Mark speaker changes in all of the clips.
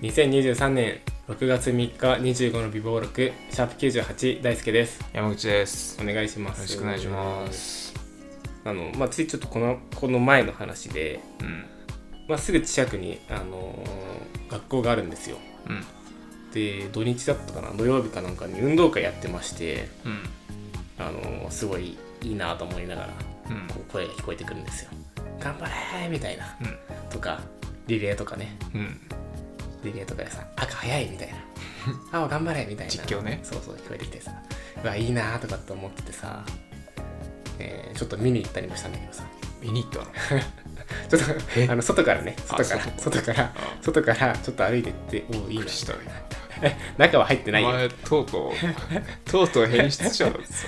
Speaker 1: 2023年6月3日25の美貌録シャープ98大輔です
Speaker 2: 山口です。よ
Speaker 1: お願いします
Speaker 2: ろしくお願いします。
Speaker 1: あのまあついちょっとこのこの前の話で、
Speaker 2: うん。
Speaker 1: まあ、すぐ近くにあのー学校があるんですよ
Speaker 2: うん。
Speaker 1: で土日だったかな土曜日かなんかに運動会やってまして
Speaker 2: うん。
Speaker 1: あのーすごいいいなと思いながら
Speaker 2: うん。
Speaker 1: こう声が聞こえてくるんですよ頑張れーみたいな
Speaker 2: うん。
Speaker 1: とかリレーとかね
Speaker 2: うん。
Speaker 1: リレーとかでさ赤早いみ たいな青頑張れみたいな
Speaker 2: 実況ね
Speaker 1: そうそう聞こえてきてさうわいいなーとかって思っててさ、えーちょっと見に行ったりもしたんだけどさ
Speaker 2: 見に行ったの。
Speaker 1: ちょっ
Speaker 2: え
Speaker 1: とあの外からね
Speaker 2: あ
Speaker 1: 外から外から外からちょっと歩いてっておおいい
Speaker 2: びっ
Speaker 1: な
Speaker 2: くりしたね。
Speaker 1: 中は入って
Speaker 2: お
Speaker 1: ないよ
Speaker 2: 前、とうとう、とうとう変質者だったそ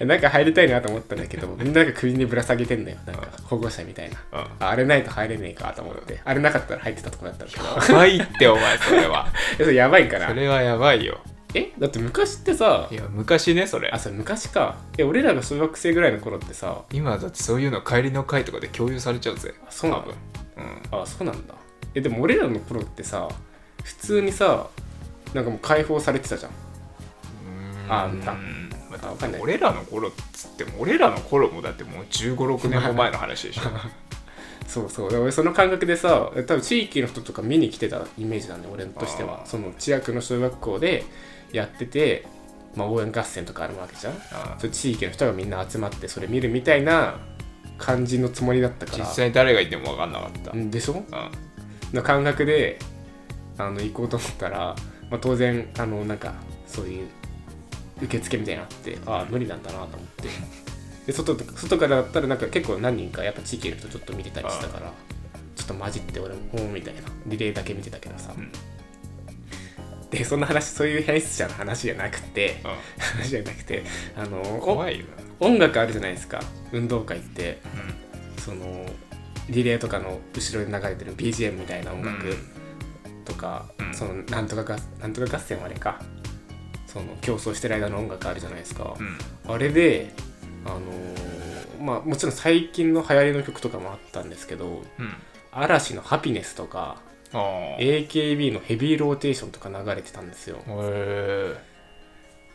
Speaker 2: れ
Speaker 1: 中入りたいなと思ったんだけどみんなが首にぶら下げてんだよなんか保護者みたいな
Speaker 2: う
Speaker 1: ああれないと入れねえかと思ってあれなかったら入ってたとこだったんだけど
Speaker 2: ん。やばいって、お前、それは。
Speaker 1: えそれやばいから
Speaker 2: それはやばいよ。
Speaker 1: えだって昔ってさ
Speaker 2: いや、昔ね、それ
Speaker 1: あ。それ昔かえ俺らが小学生ぐらいの頃ってさ
Speaker 2: 今だってそういうの帰りの会とかで共有されちゃうぜ。
Speaker 1: あそうなの
Speaker 2: 多分うん。
Speaker 1: あそうなんだえでも俺らの頃ってさ普通にさなんかもう解放されてたじゃんあ
Speaker 2: うん
Speaker 1: だ
Speaker 2: まあ
Speaker 1: あわかんない
Speaker 2: 俺らの頃っつっても俺らの頃もだってもう1 5六6年も前の話でしょ
Speaker 1: そうそうで俺その感覚でさ多分地域の人とか見に来てたイメージなんで俺としては
Speaker 2: あー
Speaker 1: その千秋の小学校でやってて、まあ、応援合戦とかあるわけじゃん
Speaker 2: ああ
Speaker 1: そう地域の人がみんな集まってそれ見るみたいな感じのつもりだったから
Speaker 2: 実際誰がいても分かんなかった
Speaker 1: うんでしょ
Speaker 2: うん
Speaker 1: の感覚であの行こうと思ったら、まあ、当然あのなんかそういう受付みたいなのあってああ無理なんだなと思ってで外と外からだったらなんか結構何人かやっぱ地域の人ちょっと見てたりしたからちょっと混じって俺もおーみたいなリレーだけ見てたけどさ、
Speaker 2: うん
Speaker 1: でそんな話そういう変質者の話じゃなくて
Speaker 2: うん
Speaker 1: 話じゃなくてあのお
Speaker 2: 怖いよ、
Speaker 1: 音楽あるじゃないですか運動会って
Speaker 2: う
Speaker 1: そのリレーとかの後ろに流れてる BGM みたいな音楽、
Speaker 2: うん
Speaker 1: とか、
Speaker 2: うん
Speaker 1: そのなんとかがなんとか合戦はあれかその競争してる間の音楽あるじゃないですか、
Speaker 2: ん、
Speaker 1: あれであのーまあもちろん最近の流行りの曲とかもあったんですけど
Speaker 2: うん、
Speaker 1: 嵐の「ハピネス」とか
Speaker 2: ああえ
Speaker 1: AKB の「ヘビーローテーション」とか流れてたんですよ
Speaker 2: へえ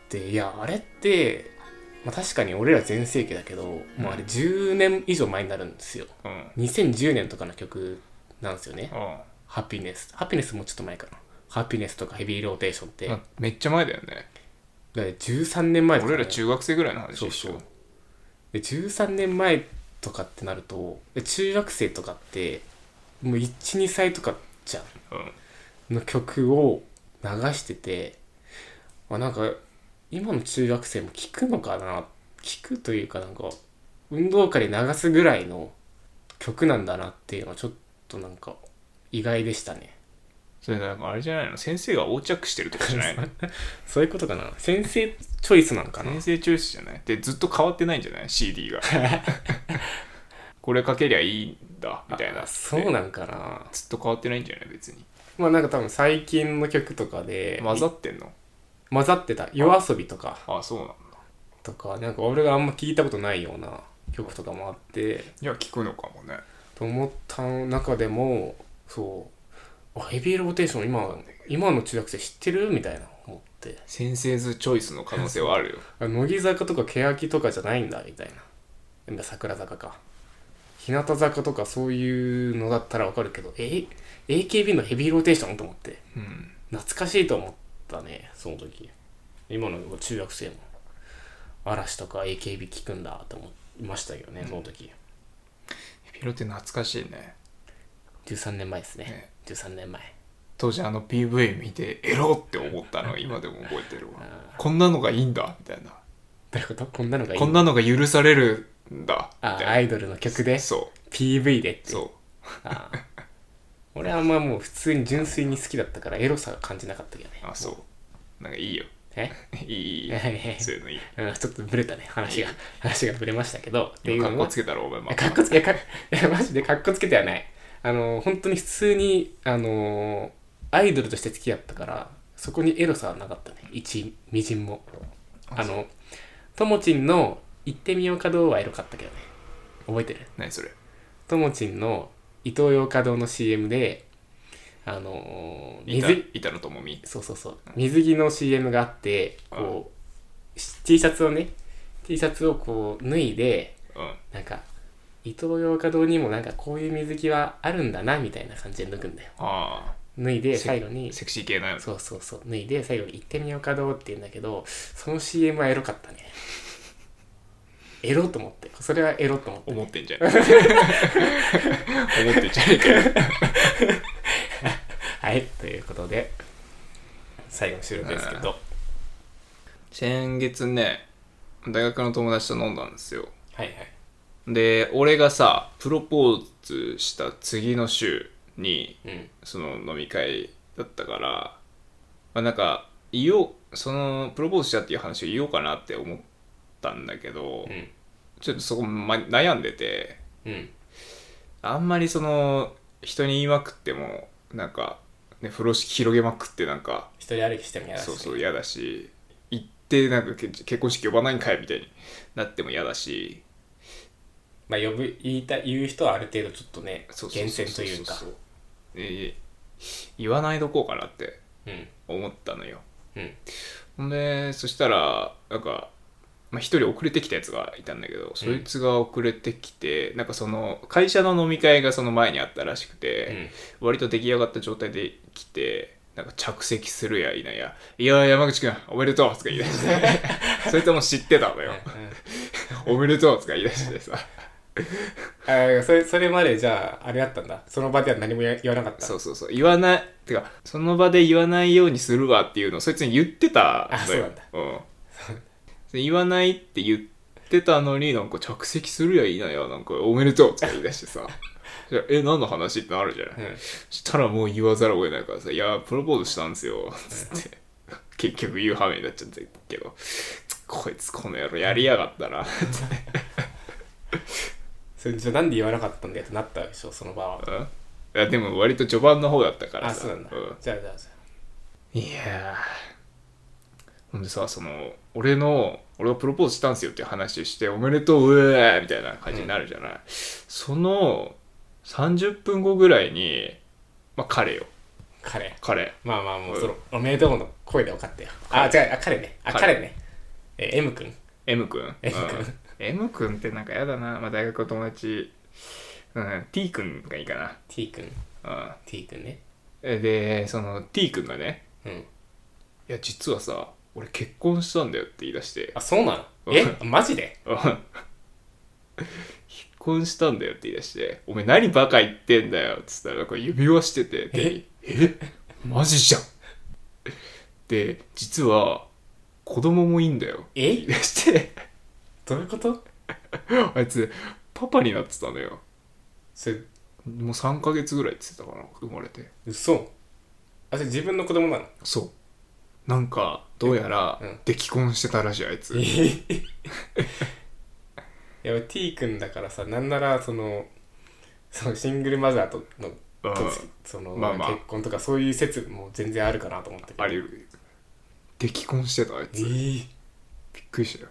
Speaker 1: でいやあれって、まあ、確かに俺ら全盛期だけど、もうあれ10年以上前になるんですよ
Speaker 2: うん
Speaker 1: 2010年とかの曲なんですよね
Speaker 2: あ
Speaker 1: 「ハピネス」「ハピネス」もちょっと前かな「ハピネス」とか「ヘビーローテーション」って、
Speaker 2: あまめっちゃ前だよね
Speaker 1: だから13年前とかね
Speaker 2: 俺ら中学生ぐらいの話
Speaker 1: そう
Speaker 2: でし
Speaker 1: そう
Speaker 2: ょ
Speaker 1: で13年前とかってなるとで中学生とかってもう12歳とかじゃ
Speaker 2: うん
Speaker 1: んの曲を流しててあなんか今の中学生も聞くのかな聞くというかなんか運動会で流すぐらいの曲なんだなっていうのはちょっとなんか意外でしたね
Speaker 2: それなんかあれじゃないの先生が横着してるとかじゃない の
Speaker 1: そういうことかな先生チョイスなのかな
Speaker 2: 先生チョイスじゃないでずっと変わってないんじゃない CD が これかけりゃいいんだみたいな
Speaker 1: あそうなんかな
Speaker 2: ずっと変わってないんじゃない別に
Speaker 1: まあなんか多分最近の曲とかで
Speaker 2: 混ざってんの
Speaker 1: 混ざってた夜遊びとか
Speaker 2: あそうなんだ
Speaker 1: とかなんか俺があんま聞いたことないような曲とかもあって
Speaker 2: いや聞くのかもね
Speaker 1: と思った中でもそうあヘビーローテーション今今の中学生知ってるみたいな思って
Speaker 2: 先生ズチョイスの可能性はあるよ
Speaker 1: あ乃木坂とか欅とかじゃないんだみたいなやっぱ桜坂か日向坂とかそういうのだったらわかるけどえ AKB のヘビーローテーションと思って
Speaker 2: うん
Speaker 1: 懐かしいと思ったねその時今の中学生も嵐とか AKB 聞くんだと思いましたけどねその時
Speaker 2: ピロって懐かしいね
Speaker 1: 13年前ですね
Speaker 2: ね
Speaker 1: 13年前
Speaker 2: 当時あの PV 見てエロって思ったの今でも覚えてるわ
Speaker 1: あ
Speaker 2: こんなのがいいんだみたいな
Speaker 1: どういうことこんなのがいい
Speaker 2: こんなのが許されるんだみ
Speaker 1: あ
Speaker 2: たいな
Speaker 1: アイドルの曲で
Speaker 2: そ
Speaker 1: PV でっ
Speaker 2: う
Speaker 1: て
Speaker 2: そう
Speaker 1: ああ俺はあんまもう普通に純粋に好きだったからエロさが感じなかったけどね
Speaker 2: あそうなんかいいよ
Speaker 1: え
Speaker 2: いいいいいいそういうのいい
Speaker 1: うんちょっとブレたね話が話がブレましたけどっていう
Speaker 2: 今
Speaker 1: の
Speaker 2: かっ
Speaker 1: も
Speaker 2: こつけたろお前ま
Speaker 1: かっこつ けいやかいやマジでかっこつけてはないあの本当に普通にあのアイドルとして付き合ったからそこにエロさはなかったね一みじんもあのともちんの「行ってみようかどう」はエロかったけどね覚えてる
Speaker 2: 何それ
Speaker 1: ともちんの伊東洋華堂の CM であのー
Speaker 2: 板
Speaker 1: 水
Speaker 2: 板野友美
Speaker 1: そうそうそう水着の CM があってこうし T シャツをね T シャツをこう脱いで
Speaker 2: うん
Speaker 1: なんか伊東洋華堂にもなんかこういう水着はあるんだなみたいな感じで脱ぐんだよ
Speaker 2: あ
Speaker 1: 脱いで
Speaker 2: セ
Speaker 1: 最後に
Speaker 2: あセクシー系な
Speaker 1: そうそうそう脱いで最後に「行ってみようかどう」って言うんだけどその CM はエロかったね エロと思ってそれはエロと思って
Speaker 2: 思ってんじ ゃん思ってんじゃねえかよ
Speaker 1: はいということで最後の終了ですけど
Speaker 2: 先月ね大学の友達と飲んだんですよ
Speaker 1: はいはい
Speaker 2: で俺がさプロポーズした次の週に
Speaker 1: うん
Speaker 2: その飲み会だったから、まあ、なんか言おうそのプロポーズしたっていう話を言おうかなって思ったんだけど、
Speaker 1: うん
Speaker 2: ちょっとそこ、ま、悩んでて
Speaker 1: うん
Speaker 2: あんまりその人に言いまくってもなんか、ね、風呂敷広げまくってなんか
Speaker 1: 一人歩きしてもやらし
Speaker 2: そうそう嫌だし行ってなんかけ結婚式呼ばないんかいみたいになっても嫌だし
Speaker 1: まあ呼ぶ言いたい言う人はある程度ちょっとね
Speaker 2: そうそう
Speaker 1: 厳
Speaker 2: そ
Speaker 1: 選
Speaker 2: うそ
Speaker 1: と
Speaker 2: う
Speaker 1: いうか
Speaker 2: そうえー言わないどこうかなって
Speaker 1: うん
Speaker 2: 思ったのよ
Speaker 1: うん
Speaker 2: ほんでそしたらなんかまあ、一人遅れてきたやつがいたんだけど、そいつが遅れてきてなんかその会社の飲み会がその前にあったらしくて、
Speaker 1: うん
Speaker 2: 割と出来上がった状態で来てなんか着席するやいなや「いやー山口君おめでとう」とか言い出して それとも知ってたのよ「おめでとう」とか言い出してさ
Speaker 1: あーそれそれまでじゃああれだったんだその場では何もや言わなかった
Speaker 2: そうそうそう言わないてかその場で言わないようにするわっていうのをそいつに言ってた
Speaker 1: あそうなんだ
Speaker 2: うんで言わないって言ってたのになんか着席するやいなやなんか「おめでとう」とか言い出してさ じゃあえ何の話ってなるじゃない、
Speaker 1: うん
Speaker 2: したらもう言わざるを得ないからさ「いやプロポーズしたんですよ」つって 結局言う羽目になっちゃったけどこいつこの野郎やりやがったな
Speaker 1: それじゃあなんで言わなかったんだよってなったでしょその場は
Speaker 2: うんいやでも割と序盤の方だったから
Speaker 1: あ
Speaker 2: さ
Speaker 1: そうなんだ
Speaker 2: うん
Speaker 1: じゃあじゃあじゃ
Speaker 2: いやーほんでさその俺の俺がプロポーズしたんすよっていう話して「おめでとううえーみたいな感じになるじゃない、その30分後ぐらいにまあ彼よ
Speaker 1: あ彼
Speaker 2: 彼
Speaker 1: まあまあもう
Speaker 2: うん
Speaker 1: そのおめでとうの声で分かったよあ違うあ彼ねあ
Speaker 2: 彼
Speaker 1: 彼ねえー M 君
Speaker 2: M 君
Speaker 1: M 君
Speaker 2: うん M 君ってなんかやだな、まあ、大学の友達、うん、T 君がいいか
Speaker 1: T 君
Speaker 2: な、
Speaker 1: T 君ね
Speaker 2: うん、でその T 君がね
Speaker 1: うん
Speaker 2: 「いや実はさ俺結婚したんだよ」って言い出して
Speaker 1: あそうなのえマジ で
Speaker 2: うん結婚したんだよって言い出して「お前何バカ言ってんだよ」っつったらこれ指輪してて手に「えマジじゃん」で実は子供もいいんだよ
Speaker 1: え
Speaker 2: 言い出して
Speaker 1: どういうこと
Speaker 2: あいつパパになってたのよ
Speaker 1: それ
Speaker 2: もう3ヶ月ぐらいって言ってたかな生まれて
Speaker 1: 嘘あそれ自分の子供なの
Speaker 2: そうなんかどうやら
Speaker 1: うん
Speaker 2: で既婚してたらしいあいつ、
Speaker 1: い や T 君だからさなんならそのそのシングルマザーとの
Speaker 2: うん
Speaker 1: とその、
Speaker 2: まあまあ
Speaker 1: 結婚とかそういう説も全然あるかなと思ったけど
Speaker 2: あり得るで既婚してたあい
Speaker 1: え
Speaker 2: つ、びっ
Speaker 1: ー
Speaker 2: くりしたよ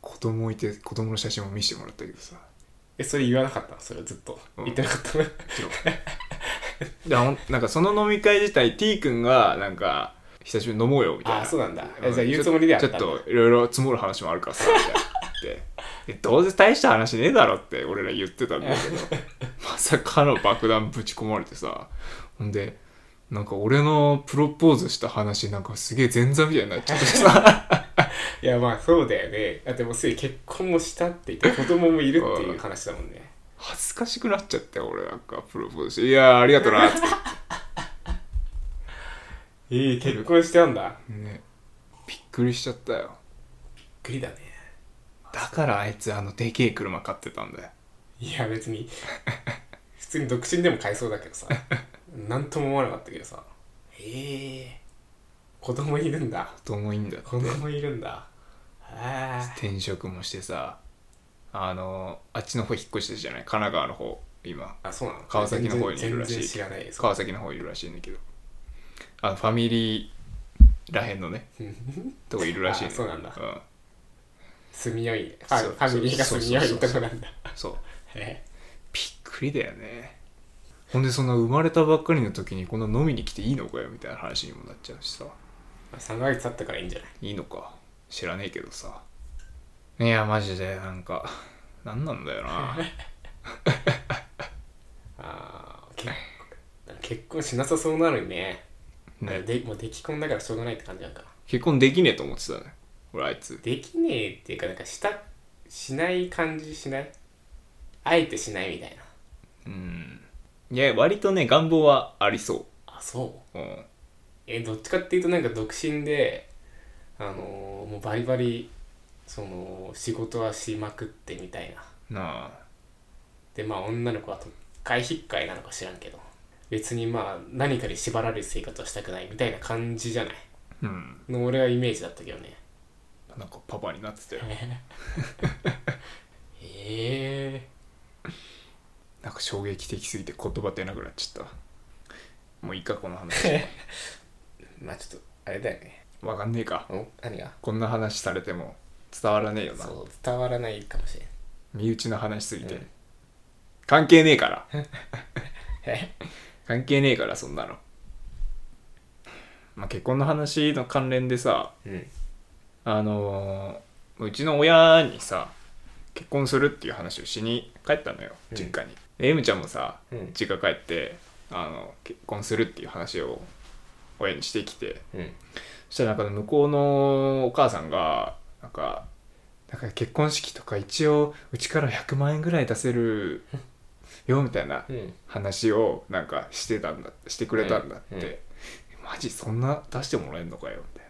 Speaker 2: 子供いて子供の写真も見せてもらったけどさ
Speaker 1: えそれ言わなかったのそれずっと、
Speaker 2: うん
Speaker 1: 言ってなかったの
Speaker 2: でほんなんかその飲み会自体 T 君がなんか久しぶりに飲もうよみたいな
Speaker 1: あそうなんだ
Speaker 2: ん
Speaker 1: えじゃあ言うつもりではあ
Speaker 2: ち
Speaker 1: っ
Speaker 2: ょ
Speaker 1: た
Speaker 2: ちょっといろいろ積もる話もあるからさみたいなってでどうせ大した話ねえだろって俺ら言ってたんだけど まさかの爆弾ぶち込まれてさほんでなんか俺のプロポーズした話なんかすげえ前座みたいになっちゃってさ
Speaker 1: いやまあそうだよねだってもうすでに結婚もしたって言って子供もいるっていう話だもんね
Speaker 2: 恥ずかしくなっちゃって俺なんかプロポーズして「いやーありがとうな」っつって
Speaker 1: えー、結婚してたんだ
Speaker 2: ねびっくりしちゃったよ
Speaker 1: びっくりだね
Speaker 2: だからあいつあのでけえ車買ってたんだよ
Speaker 1: いや別に 普通に独身でも買えそうだけどさなんとも思わなかったけどさへえ子供いるんだ
Speaker 2: どうもいいんだって
Speaker 1: 子供いるんだへ
Speaker 2: 転職もしてさあのあっちの方引っ越してるじゃない神奈川の方今
Speaker 1: えあそうなの
Speaker 2: 川崎の方にいるらしい
Speaker 1: 全然知らないです
Speaker 2: 川崎の方いるらしいんだけどあのファミリーらへんのねとこいるら しいの
Speaker 1: あそうなんだ
Speaker 2: うん、
Speaker 1: 住みよいファ
Speaker 2: そう
Speaker 1: ファミリーが
Speaker 2: そう
Speaker 1: 住みよい
Speaker 2: そう
Speaker 1: と
Speaker 2: そ
Speaker 1: こ
Speaker 2: う
Speaker 1: なんだ
Speaker 2: そう
Speaker 1: へえ
Speaker 2: びっくりだよねほんでそんな生まれたばっかりの時にこんな飲みに来ていいのかよみたいな話にもなっちゃうしさ
Speaker 1: 3ヶ月経ったからいいんじゃない
Speaker 2: いいのか知らねえけどさいやマジでなんかなんなんだ よな
Speaker 1: あー結結婚しなさそうなのにね
Speaker 2: ね
Speaker 1: でもうでき婚だからしょうがないって感じなんかな
Speaker 2: 結婚できねえと思ってたね俺あいつ
Speaker 1: できねえっていうかなんかしたしない感じしないあえてしないみたいな
Speaker 2: うんいや割とね願望はありそ
Speaker 1: あそう
Speaker 2: ううん
Speaker 1: えどっちかっていうとなんか独身であのーもうバリバリその仕事はしまくってみたいな
Speaker 2: なあ
Speaker 1: でまあ女の子はとっかいひっかいなのか知らんけど別にまあ何かに縛られる生活はしたくないみたいな感じじゃない
Speaker 2: うん
Speaker 1: の俺はイメージだったけどね
Speaker 2: なんかパパになってたよ
Speaker 1: へえ
Speaker 2: なんか衝撃的すぎて言葉出なくなっちゃったもういいかこの話
Speaker 1: まあちょっとあれだよね
Speaker 2: わかんねえか
Speaker 1: お何が
Speaker 2: こんな話されても伝わらねえよな
Speaker 1: そう伝わらないかもしれん
Speaker 2: 身内の話すぎて、
Speaker 1: うん
Speaker 2: 関係ねえから
Speaker 1: え
Speaker 2: 関係ねえからそんなのまあ結婚の話の関連でさ
Speaker 1: うん
Speaker 2: あのーうちの親にさ結婚するっていう話をしに帰ったのよ
Speaker 1: うん
Speaker 2: 実家に、で M ちゃんもさ
Speaker 1: うん
Speaker 2: 実家帰ってあの結婚するっていう話を親にしてきて
Speaker 1: うん
Speaker 2: そしたらなんか向こうのお母さんがなんかなんか結婚式とか一応うちから100万円ぐらい出せるよみたいな
Speaker 1: うん
Speaker 2: 話をなんかしてたんだしてくれたんだって、
Speaker 1: うんうん
Speaker 2: マジそんな出してもらえんのかよみた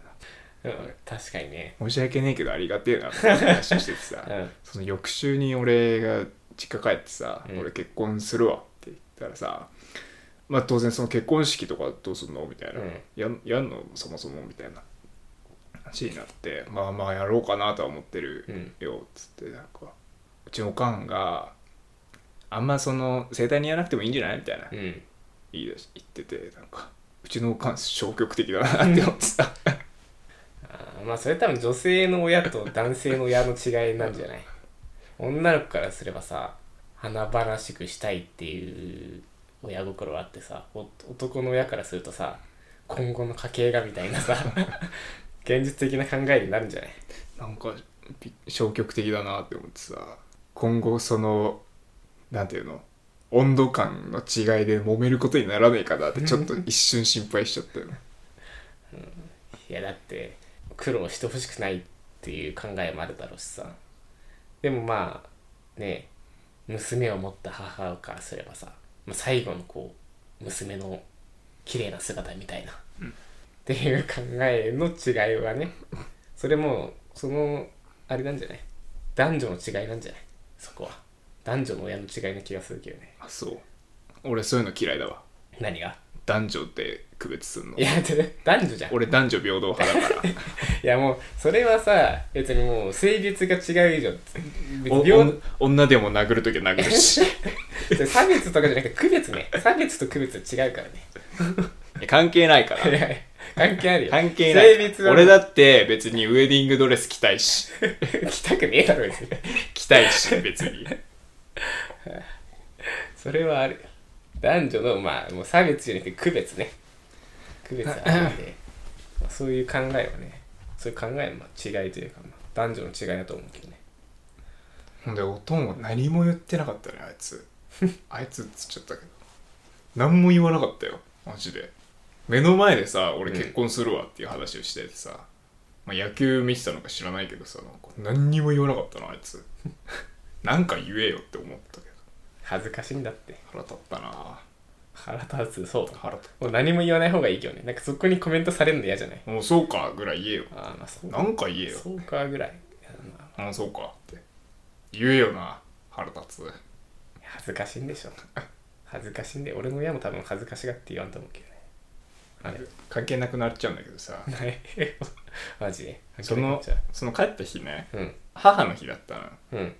Speaker 2: いな
Speaker 1: うん確かにね
Speaker 2: 申し訳ねえけどありがてえなって話しててさ、
Speaker 1: うん
Speaker 2: その翌週に俺が実家帰ってさ「
Speaker 1: うん
Speaker 2: 俺結婚するわ」って言ったらさまあ当然その結婚式とかどうすんのみたいな、
Speaker 1: うん
Speaker 2: やんやんのそもそもみたいな話になってまあまあやろうかなとは思ってるよっつってなんかうちのおかんがあんまその盛大にやらなくてもいいんじゃないみたいな
Speaker 1: うん
Speaker 2: 言い出し言っててなんかうちのおかん消極的だなって思ってさ
Speaker 1: あーまあそれ多分女性の親と男性の親の違いなんじゃない女の子からすればさ華々しくしたいっていう親心はあってさお男の親からするとさ今後の家計がみたいなさ 現実的な考えになるんじゃない
Speaker 2: なんかび消極的だなって思ってさ今後そのなんていうの温度感の違いで揉めることにならないかなってちょっと一瞬心配しちゃったよ
Speaker 1: いやだって苦労してほしくないっていう考えもあるだろうしさでもまあね娘を持った母からすればさまあ最後のこう娘の綺麗な姿みたいな、っていう考えの違いはねそれもそのあれなんじゃない男女の違いなんじゃないそこは男女の親の違いな気がするけどね
Speaker 2: あそう俺そういうの嫌いだわ
Speaker 1: 何が
Speaker 2: 男女って区別すんの
Speaker 1: いやだって男女じゃん
Speaker 2: 俺男女平等派 だから
Speaker 1: いやもうそれはさ別にもう性別が違う以上別
Speaker 2: お
Speaker 1: に平
Speaker 2: お女でも殴る時は殴 るしい
Speaker 1: それ差別とかじゃなくて区別ね差別と区別は違うからね
Speaker 2: や関係ないから
Speaker 1: いやいや関係あるよ
Speaker 2: 関係ない
Speaker 1: 性別は
Speaker 2: 俺だって別にウェディングドレス着たいし
Speaker 1: 来たくねえだろ別に
Speaker 2: 着たいし別に
Speaker 1: それはあるよ男女のまあもう差別じゃなくて区別ね区別はあるんでまあそういう考えはねそういう考えのまあ違いというか、まあ、男女の違いだと思うけどね
Speaker 2: ほんで、おとんは何も言ってなかったね、あいつ。 あいつっつっちゃったけど。何も言わなかったよ、マジで。目の前でさ、俺
Speaker 1: うん
Speaker 2: 結婚するわっていう話をしててさ、まあ、野球見てたのか知らないけどさ、なんか何にも言わなかったの、あいつ。 なんか言えよって思ったけど。
Speaker 1: 恥ずかしいんだって
Speaker 2: 腹立ったな
Speaker 1: 腹立つそう
Speaker 2: 腹立っ
Speaker 1: もう何も言わない方がいいけどねなんかそこにコメントされるの嫌じゃない
Speaker 2: た。もうそうかぐらい言えよ。
Speaker 1: ああまあそう
Speaker 2: なんか言えよ。
Speaker 1: そうかぐらいいやまあ
Speaker 2: ああ、そうかって。言えよな、腹立つ。
Speaker 1: 恥ずかしいんでしょ 恥ずかしいんで俺の親も多分恥ずかしがって言わんと思うけどね
Speaker 2: 関係なくなっちゃうんだけどさ
Speaker 1: あ、れな いマジで
Speaker 2: その、その帰った日ね、
Speaker 1: うん
Speaker 2: 母の日だったの。
Speaker 1: うん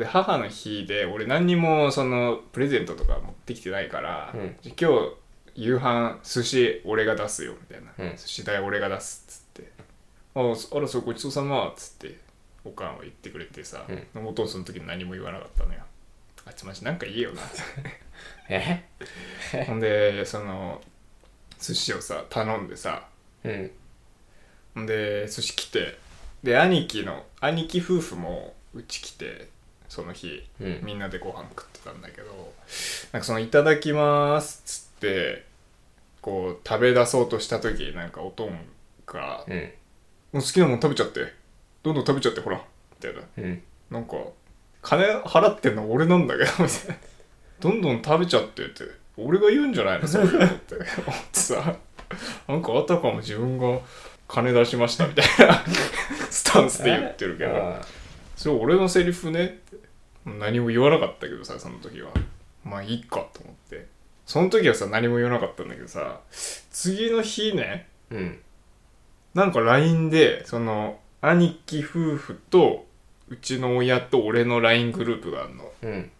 Speaker 2: で母の日で俺何にもそのプレゼントとか持ってきてないから、
Speaker 1: うん
Speaker 2: 今日夕飯寿司俺が出すよみたいな、
Speaker 1: うん
Speaker 2: 寿司代俺が出すっつって「ああらそうごちそうさま」っつっておかんは言ってくれてさ、
Speaker 1: うん
Speaker 2: おとんその時何も言わなかったのよあいつマジなんかいいよな
Speaker 1: え
Speaker 2: ほんでその寿司をさ頼んでさ
Speaker 1: うん
Speaker 2: ほんで寿司来てで兄貴の兄貴夫婦もうち来てその日、
Speaker 1: うん
Speaker 2: みんなでご飯食ってたんだけどなんかその「いただきます」っつってこう食べ出そうとした時になんかおとんが「
Speaker 1: うん
Speaker 2: もう好きなもん食べちゃってどんどん食べちゃってほら」みたいな
Speaker 1: うん
Speaker 2: なんか金払ってんの俺なんだけどみたいなどんどん食べちゃってって俺が言うんじゃないのそんなのって思ってさなんかあたかも自分が金出しましたみたいなスタンスで言ってるけど
Speaker 1: あ
Speaker 2: それ俺のセリフね何も言わなかったけどさその時はまあいいかと思ってその時はさ何も言わなかったんだけどさ次の日ね
Speaker 1: ーうん
Speaker 2: なんか LINE で、その、兄貴夫婦と、うちの親と俺の LINE グループがあるの。
Speaker 1: うん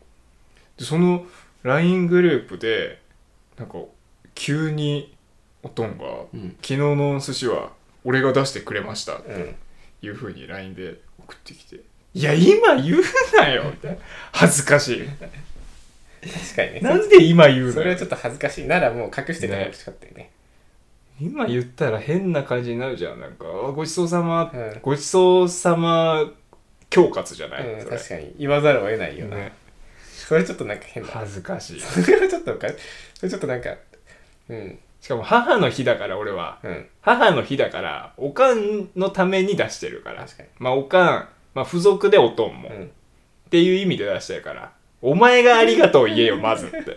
Speaker 2: で、その LINE グループで、なんか、急に、おとんが、
Speaker 1: うん
Speaker 2: 昨日のお寿司は、俺が出してくれました。
Speaker 1: うん
Speaker 2: いうふうに LINE で送ってきて。いや、今言うなよみたいな恥ずかしい。
Speaker 1: 確か にね
Speaker 2: なんで今言う
Speaker 1: そ
Speaker 2: の
Speaker 1: れは
Speaker 2: よ
Speaker 1: ちょっと恥ずかしいならもう隠しててほしかったよね
Speaker 2: 今言ったら変な感じになるじゃん。なんか、あごちそうさま、
Speaker 1: うん
Speaker 2: ごちそうさま、恐喝じゃない、
Speaker 1: うん
Speaker 2: それ
Speaker 1: 確かに言わざるを得ないよな、
Speaker 2: ね
Speaker 1: それちょっとなんか変 だ
Speaker 2: 恥ずかしい
Speaker 1: それはちょっとおかそれちょっとなんかうん
Speaker 2: しかも母の日だから俺は
Speaker 1: うん
Speaker 2: 母の日だからおかんのために出してるから
Speaker 1: 確かに
Speaker 2: まあおかん、まあ、付属でおとんも、
Speaker 1: う
Speaker 2: っ
Speaker 1: ん
Speaker 2: ていう意味で出してるからお前がありがとう言え よまずって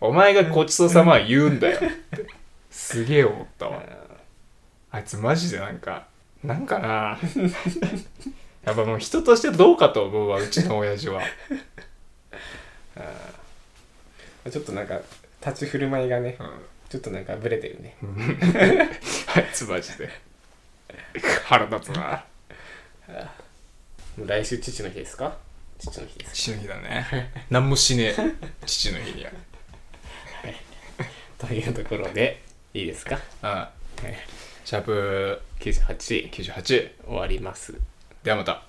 Speaker 2: お前がごちそうさまは言うんだよってすげえ思ったわあいつマジでなんかなんか なやっぱもう人としてどうかと思うわうちの親父は
Speaker 1: あちょっとなんか立ち振る舞いがね
Speaker 2: うん
Speaker 1: ちょっとなんかブレてるね
Speaker 2: あいつマジで腹立つな
Speaker 1: もう来週父の日ですか父の日です
Speaker 2: 父の日だね何もしねえ父の日には
Speaker 1: というところでいいですか
Speaker 2: ああシャープ
Speaker 1: 98
Speaker 2: 98
Speaker 1: 終わります
Speaker 2: ではまた